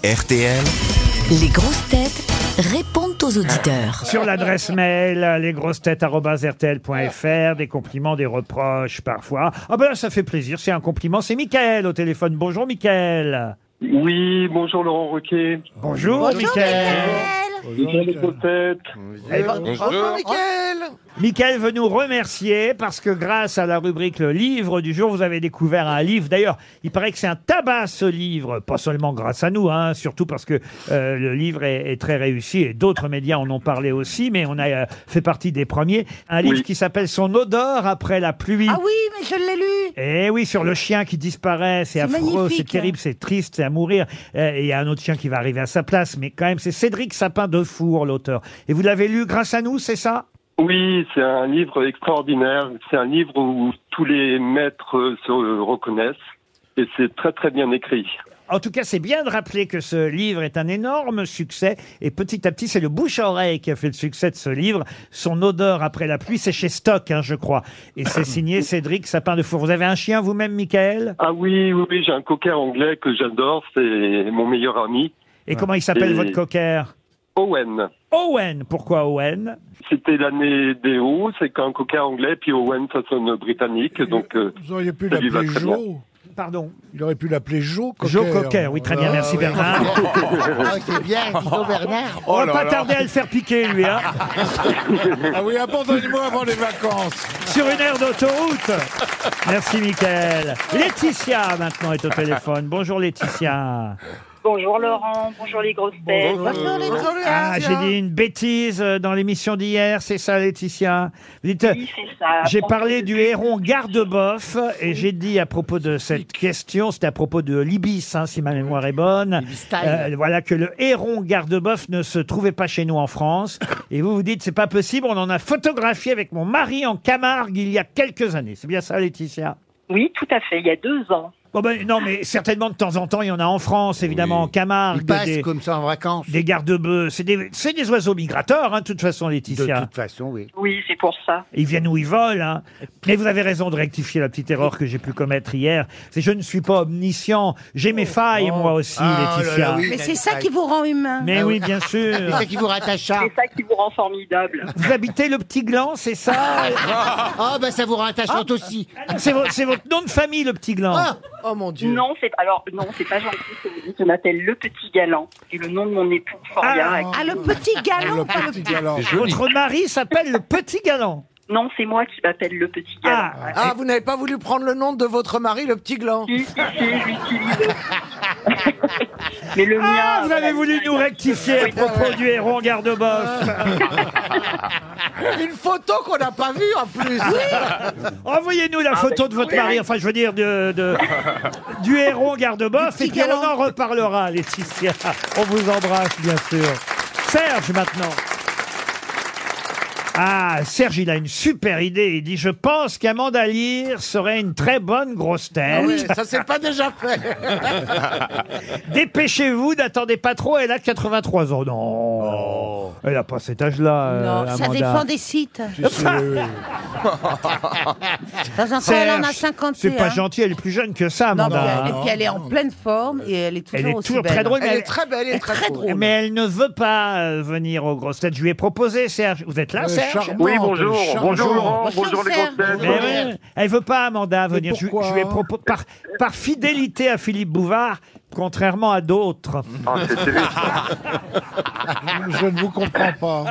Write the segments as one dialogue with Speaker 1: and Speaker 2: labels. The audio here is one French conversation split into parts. Speaker 1: RTL.
Speaker 2: Les grosses têtes répondent aux auditeurs.
Speaker 3: Sur l'adresse mail, euh, lesgrossetêtes.rtl.fr, des compliments, des reproches parfois. Ah ben là, ça fait plaisir, c'est un compliment. C'est Michael au téléphone. Bonjour Michael.
Speaker 4: Oui, bonjour Laurent Roquet.
Speaker 3: Bonjour, Michael.
Speaker 4: Bonjour les potettes.
Speaker 3: Michael veut nous remercier parce que grâce à la rubrique Le Livre du jour, vous avez découvert un livre. D'ailleurs, il paraît que c'est un tabac ce livre, pas seulement grâce à nous, hein, surtout parce que euh, le livre est, est très réussi et d'autres médias en ont parlé aussi, mais on a euh, fait partie des premiers. Un livre
Speaker 4: Oui.
Speaker 3: qui s'appelle Son odeur après la pluie.
Speaker 5: Ah oui, mais je l'ai lu.
Speaker 3: Eh oui, sur le chien qui disparaît, c'est affreux,
Speaker 5: magnifique.
Speaker 3: c'est terrible, c'est triste, c'est à mourir. Euh, Et il y a un autre chien qui va arriver à sa place, mais quand même, c'est Cédric Sapin de Four, l'auteur. Et vous l'avez lu grâce à nous, c'est ça
Speaker 4: Oui, c'est un livre extraordinaire. C'est un livre où tous les maîtres euh, se euh, reconnaissent. Et c'est très très bien écrit.
Speaker 3: En tout cas, c'est bien de rappeler que ce livre est un énorme succès. Et petit à petit, c'est le bouche-oreille qui a fait le succès de ce livre. Son odeur après la pluie, c'est chez Stock, hein, je crois. Et c'est signé Cédric Sapin de Four. Vous avez un chien vous-même, Michael
Speaker 4: Ah oui, oui, oui, j'ai un cocker anglais que j'adore. C'est mon meilleur ami,
Speaker 3: Et comment il s'appelle
Speaker 4: Et-
Speaker 3: votre cocker
Speaker 4: Owen.
Speaker 3: Owen. Pourquoi Owen
Speaker 4: C'était l'année des hauts, c'est qu'un cocker anglais, puis Owen, ça sonne britannique. Donc, euh,
Speaker 6: Vous auriez pu
Speaker 4: ça lui va
Speaker 6: l'appeler
Speaker 4: très bien.
Speaker 6: Jo.
Speaker 3: Pardon.
Speaker 6: Il aurait pu l'appeler Jo Cocker.
Speaker 3: Joe Cocker. Oui, très bien,
Speaker 6: Ah,
Speaker 3: merci
Speaker 6: oui.
Speaker 3: Bernard.
Speaker 5: Ah, c'est bien,
Speaker 3: Oh.
Speaker 5: Guido Bernard.
Speaker 3: On va pas tarder à le faire piquer, lui, hein.
Speaker 6: Ah oui, abandonne-moi avant les vacances.
Speaker 3: sur une aire d'autoroute. Merci, Michael. Laetitia, maintenant, est au téléphone. Bonjour,
Speaker 7: Ah,
Speaker 3: Laetitia.
Speaker 7: Bonjour Laurent, bonjour les grosses têtes.
Speaker 5: Bonjour les gens.
Speaker 3: Oh. Ah, j'ai dit une bêtise euh, dans l'émission d'hier, c'est ça, Laetitia Vous dites, euh,
Speaker 7: Oui, c'est ça.
Speaker 3: j'ai parlé du héron garde-boeuf et j'ai dit à propos de cette question, c'était à propos de l'ibis, hein, si ma mémoire est bonne,
Speaker 5: style.
Speaker 3: euh, voilà que le héron garde-boeuf ne se trouvait pas chez nous en France. Et vous vous dites, c'est pas possible, on en a photographié avec mon mari en Camargue il y a quelques années. C'est bien ça, Laetitia
Speaker 7: Oui, tout à fait, il y a deux ans.
Speaker 3: Bon ben, non, mais certainement de temps en temps, il y en a en France, évidemment, en Camargue,
Speaker 5: Il passe
Speaker 3: des,
Speaker 5: comme ça en vacances.
Speaker 3: des garde-bœufs. C'est des, c'est des oiseaux migrateurs, hein, de toute façon,
Speaker 5: De
Speaker 3: Laetitia.
Speaker 5: toute façon, oui.
Speaker 7: Oui, c'est pour ça.
Speaker 3: Ils viennent où ils volent. Hein. Mais vous avez raison de rectifier la petite erreur que j'ai pu commettre hier. C'est je ne suis pas omniscient. J'ai mes failles, moi aussi,
Speaker 5: Ah, oh là
Speaker 3: Laetitia.
Speaker 5: là, oui.
Speaker 8: Mais c'est ça qui vous rend humain.
Speaker 3: Mais
Speaker 5: Ah
Speaker 3: oui,
Speaker 5: oui.
Speaker 3: bien sûr.
Speaker 5: C'est ça qui vous rattache
Speaker 3: Ah.
Speaker 5: ça.
Speaker 7: C'est ça qui vous rend formidable.
Speaker 3: Vous habitez le petit gland, c'est ça
Speaker 5: Ah, bah ça vous rattache l'autre aussi.
Speaker 3: C'est vo- c'est votre nom de famille, le petit gland.
Speaker 5: Ah,
Speaker 6: Oh,
Speaker 7: Non, c'est alors non, c'est pas gentil que vous dites. Je m'appelle le petit galant et le nom de mon époux Foria.
Speaker 8: Ah, le petit galant,
Speaker 6: Le
Speaker 8: pas le
Speaker 6: petit
Speaker 5: ah,
Speaker 8: petit.
Speaker 6: galant.
Speaker 3: votre mari s'appelle le petit galant.
Speaker 7: Non, c'est moi qui m'appelle le petit galant.
Speaker 3: Ah,
Speaker 9: Ah, vous n'avez pas voulu prendre le nom de votre mari, le petit gland
Speaker 7: Si, si, si, je l'utilise aussi. Mais le
Speaker 3: Ah,
Speaker 7: mien.
Speaker 3: vous
Speaker 7: voilà,
Speaker 3: avez voulu nous rectifier à propos du héron garde-boeuf.
Speaker 9: Une photo qu'on n'a pas vue en plus
Speaker 6: Ah,
Speaker 3: Envoyez-nous
Speaker 9: Ah,
Speaker 3: la photo de votre mari, enfin je veux dire de, de- du héron garde-boeuf, et puis on en reparlera, Laetitia. On vous embrasse, bien sûr. Serge, maintenant. Ah, Serge, il a une super idée. Il dit Je pense qu'Amanda Lear serait une très bonne grosse tête.
Speaker 9: Ah oui, ça c'est pas déjà fait
Speaker 3: Dépêchez-vous, n'attendez pas trop. Elle a 83 ans. Non.
Speaker 9: Oh.
Speaker 3: Elle n'a pas cet âge-là. euh,
Speaker 8: Non, ça
Speaker 3: Amanda.
Speaker 8: dépend des sites.
Speaker 6: Si, si, oui, oui.
Speaker 8: Dans un temps, Oh, elle en a 51.
Speaker 3: C'est pas gentil, elle est plus jeune que ça,
Speaker 8: Non, mais
Speaker 3: Amanda.
Speaker 8: elle- et puis elle est en pleine forme et elle est toujours
Speaker 3: Elle est
Speaker 8: aussi
Speaker 3: toujours
Speaker 8: belle.
Speaker 3: très drôle, mais
Speaker 9: Elle
Speaker 3: elle,
Speaker 9: est très belle, elle est très, drôle.
Speaker 3: mais elle ne veut pas euh, venir aux grosses têtes. Je lui ai proposé, Serge. Vous êtes là,
Speaker 6: Elle est
Speaker 3: Serge
Speaker 6: charmante,
Speaker 4: oui, bonjour.
Speaker 6: elle est charmante.
Speaker 4: Bonjour Laurent,
Speaker 8: Bonjour,
Speaker 4: bonjour les
Speaker 8: Serge.
Speaker 4: grosses têtes.
Speaker 3: Mais ouais, elle veut pas, Amanda,
Speaker 6: Mais
Speaker 3: venir. Je,
Speaker 6: pourquoi
Speaker 3: je lui ai propo- par, par fidélité à Philippe Bouvard, contrairement à d'autres.
Speaker 4: Ah, c'est terrible.
Speaker 6: Je ne vous comprends pas.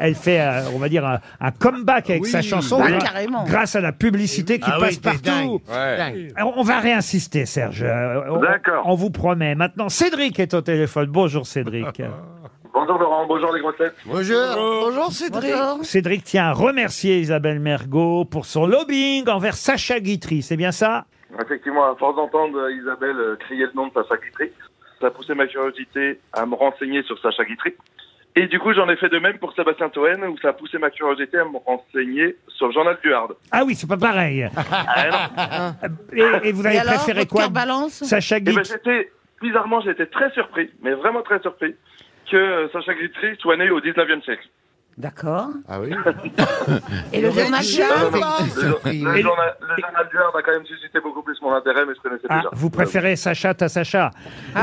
Speaker 3: Elle fait, euh, on va dire, un, un comeback avec
Speaker 6: Oui.
Speaker 3: sa chanson
Speaker 8: Ah,
Speaker 3: gra-
Speaker 8: carrément.
Speaker 3: grâce à la publicité qui
Speaker 5: Ah oui,
Speaker 3: passe
Speaker 5: c'est
Speaker 3: partout.
Speaker 5: dingue.
Speaker 3: Alors, on va réinsister, Serge. Euh, on-
Speaker 4: D'accord.
Speaker 3: On vous promet. Maintenant, Cédric est au téléphone. Bonjour, Cédric.
Speaker 4: bonjour Laurent, bonjour les grosses têtes.
Speaker 5: bonjour.
Speaker 9: Bonjour Cédric
Speaker 8: Bonjour.
Speaker 3: Cédric tient à remercier Isabelle Mergot pour son lobbying envers Sacha Guitry, c'est bien ça
Speaker 4: Effectivement, à force d'entendre euh, Isabelle euh, crier le nom de Sacha Guitry, ça a poussé ma curiosité à me renseigner sur Sacha Guitry. Et du coup, j'en ai fait de même pour Sébastien Toen, où ça a poussé ma curiosité à me renseigner sur le journal du Hard.
Speaker 3: Ah oui, c'est pas pareil.
Speaker 4: Ah,
Speaker 3: Euh, et, et vous avez
Speaker 8: Et alors,
Speaker 3: préféré
Speaker 8: votre
Speaker 3: quoi
Speaker 8: cœur balance
Speaker 3: Sacha
Speaker 4: Et ben,
Speaker 3: Guitry.
Speaker 4: j'étais, bizarrement, j'étais très surpris, mais vraiment très surpris, que euh, Sacha Guitry soit né au 19e siècle.
Speaker 8: D'accord.
Speaker 1: Ah oui
Speaker 8: Et le Ah,
Speaker 5: Il y a
Speaker 8: journal
Speaker 5: une
Speaker 8: du Havre
Speaker 4: Le, jour- le journal, le journal du Havre a quand même suscité beaucoup plus mon intérêt, mais je connaissais
Speaker 3: Ah,
Speaker 4: déjà.
Speaker 3: vous préférez Sacha à Sacha
Speaker 8: Ah.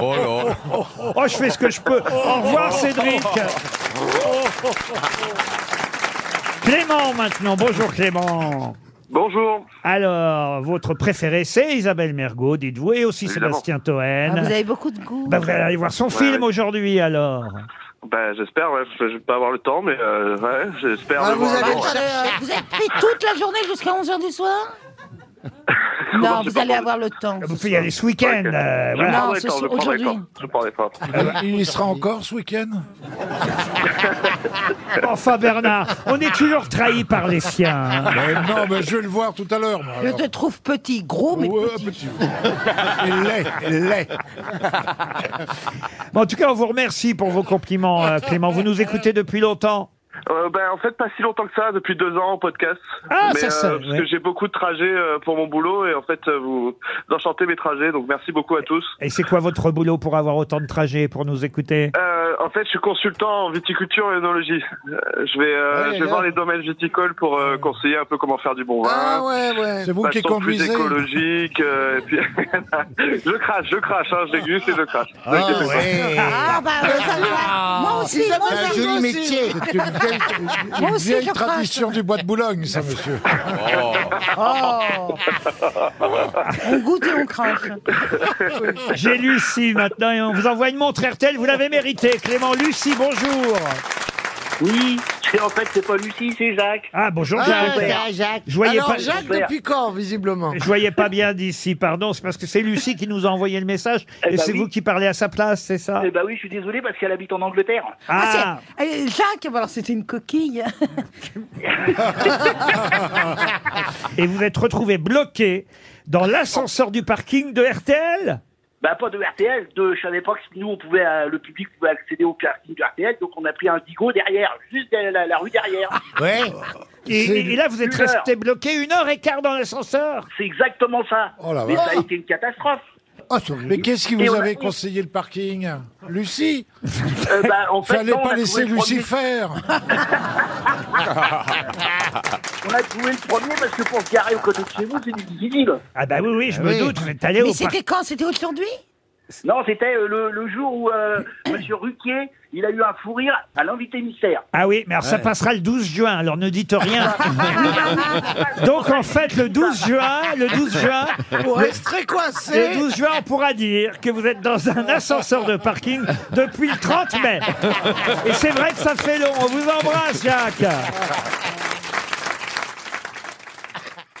Speaker 1: Oh là
Speaker 3: Oh, je fais ce que je peux. Au revoir, Cédric. Clément, maintenant. Bonjour, Clément.
Speaker 4: Bonjour.
Speaker 3: Alors, votre préféré, c'est Isabelle Mergot, dites-vous, et aussi
Speaker 4: Évidemment.
Speaker 3: Sébastien
Speaker 8: Ah,
Speaker 3: Toen.
Speaker 8: Vous avez beaucoup de goût.
Speaker 3: Bah, vous allez aller voir son film aujourd'hui, alors.
Speaker 4: Bah, j'espère, ouais, je je vais pas avoir le temps, mais euh, ouais, j'espère.
Speaker 9: Ah,
Speaker 4: le
Speaker 9: vous
Speaker 4: voir
Speaker 9: avez
Speaker 4: avant,
Speaker 9: le
Speaker 4: ouais.
Speaker 9: temps.
Speaker 8: Bah, euh, Vous avez pris toute la journée jusqu'à 11h du soir
Speaker 4: Comment
Speaker 8: Non,
Speaker 4: c'est
Speaker 8: vous
Speaker 4: pas
Speaker 8: allez
Speaker 4: pour-
Speaker 8: avoir le temps.
Speaker 3: Vous pouvez y aller ce week-end.
Speaker 4: Ok.
Speaker 3: euh,
Speaker 4: Je
Speaker 3: voilà.
Speaker 8: Non,
Speaker 4: prendrai
Speaker 8: ce
Speaker 4: le temps, Ah je
Speaker 8: soir-
Speaker 4: prendrai le
Speaker 8: aujourd'hui.
Speaker 4: temps, Je prendrai le temps.
Speaker 6: Il y sera encore ce week-end
Speaker 3: Enfin, Bernard, on est toujours trahi par les siens.
Speaker 5: Ah.
Speaker 3: hein.
Speaker 6: Mais Ben Non, mais je vais le voir tout à l'heure, moi.
Speaker 8: Je
Speaker 6: alors.
Speaker 8: te trouve petit, gros, mais
Speaker 6: Ouais,
Speaker 8: petit.
Speaker 6: petit. Il l'est, il l'est.
Speaker 3: Bon, en tout cas, on vous remercie pour vos compliments, euh, Clément. Vous nous écoutez depuis longtemps.
Speaker 4: Euh, ben, en fait, pas si longtemps que ça, depuis deux ans en podcast.
Speaker 3: Ah,
Speaker 4: mais, euh,
Speaker 3: ça, ça,
Speaker 4: parce
Speaker 3: ouais.
Speaker 4: que j'ai beaucoup de trajets euh, pour mon boulot et en fait, euh, vous enchantez mes trajets, donc merci beaucoup à tous.
Speaker 3: Et c'est quoi votre boulot pour avoir autant de trajets, pour nous écouter
Speaker 4: Euh, en fait, je suis consultant en viticulture et œnologie. Euh, je vais, euh,
Speaker 9: Ouais,
Speaker 4: je vais
Speaker 9: là.
Speaker 4: voir les domaines viticoles pour euh, conseiller un peu comment faire du bon vin.
Speaker 9: Ah ouais, ouais.
Speaker 6: C'est vous qui
Speaker 4: façon plus
Speaker 6: conduisez.
Speaker 4: écologique. euh, et puis... je crache, je crache, hein, je déguste et je crache.
Speaker 5: Ah,
Speaker 4: T'inquiète pas.
Speaker 5: ouais.
Speaker 8: Ah, bah, euh, ça me
Speaker 3: Ah.
Speaker 8: va. Moi aussi,
Speaker 9: Isabelle,
Speaker 8: moi
Speaker 5: C'est un
Speaker 8: aussi.
Speaker 5: joli métier.
Speaker 6: C'est une vieille, une
Speaker 8: Moi aussi,
Speaker 6: vieille
Speaker 8: je crois.
Speaker 6: tradition du bois de Boulogne, ça, monsieur.
Speaker 9: Ah,
Speaker 8: Oh. On goûte et on crache.
Speaker 3: J'ai Lucie maintenant et on vous envoie une montre RTL. Vous l'avez mérité, Clément. Lucie, bonjour.
Speaker 10: Oui, c'est- en fait, c'est pas Lucie, c'est Jacques.
Speaker 3: Ah, bonjour,
Speaker 5: Ah,
Speaker 3: Jacques.
Speaker 5: c'est Jacques.
Speaker 3: Je voyais
Speaker 9: Alors
Speaker 3: pas.
Speaker 9: Jacques, depuis quand, visiblement
Speaker 3: Je voyais pas bien d'ici, pardon. C'est parce que c'est Lucie qui nous a envoyé le message
Speaker 10: Eh
Speaker 3: et
Speaker 10: ben
Speaker 3: c'est
Speaker 10: oui.
Speaker 3: vous qui parlez à sa place, c'est ça
Speaker 10: Eh ben oui, je suis désolé parce qu'elle habite en Angleterre.
Speaker 3: Ah,
Speaker 8: c'est- euh, Jacques, bon, alors c'était une coquille.
Speaker 3: et vous êtes retrouvé bloqué dans l'ascenseur du parking de RTL
Speaker 10: Bah pas de RTL, de, je savais pas que nous on pouvait, euh, le public pouvait accéder au parking de RTL, donc on a pris un digo derrière, juste derrière la, la rue derrière.
Speaker 6: Ah.
Speaker 5: Ouais.
Speaker 3: et,
Speaker 6: C'est-
Speaker 3: et- et là, vous êtes
Speaker 10: une heure.
Speaker 3: resté bloqué une heure et quart dans l'ascenseur
Speaker 10: C'est exactement ça.
Speaker 6: Oh la
Speaker 10: Mais
Speaker 6: vache.
Speaker 10: ça a été une catastrophe.
Speaker 5: Oh, c'est horrible.
Speaker 6: Mais qu'est-ce qui
Speaker 10: Et
Speaker 6: vous
Speaker 10: on a-
Speaker 6: avait conseillé le parking Lucie
Speaker 10: Euh, bah, en fait,
Speaker 6: Fallait
Speaker 10: non, on
Speaker 6: pas
Speaker 10: a
Speaker 6: laisser
Speaker 10: trouvé le
Speaker 6: Lucie faire
Speaker 10: premier- On a trouvé le premier parce que pour se garer au côté de chez vous, c'est difficile.
Speaker 3: Ah bah oui, oui, je me
Speaker 5: oui.
Speaker 3: doute, vous êtes allé
Speaker 8: Mais
Speaker 3: au parking.
Speaker 8: c'était quand C'était aujourd'hui
Speaker 10: Non, c'était euh, le, le jour où euh, Monsieur Ruquier, il a eu un fou rire à l'invité mystère.
Speaker 3: Ah oui, mais alors ça passera le 12 juin, alors ne dites rien. Donc en fait, le 12 juin, le 12 juin,
Speaker 9: Pour rester très coincé.
Speaker 3: le 12 juin, on pourra dire que vous êtes dans un ascenseur de parking depuis le 30 mai. Et c'est vrai que ça fait long. On vous embrasse, Jacques.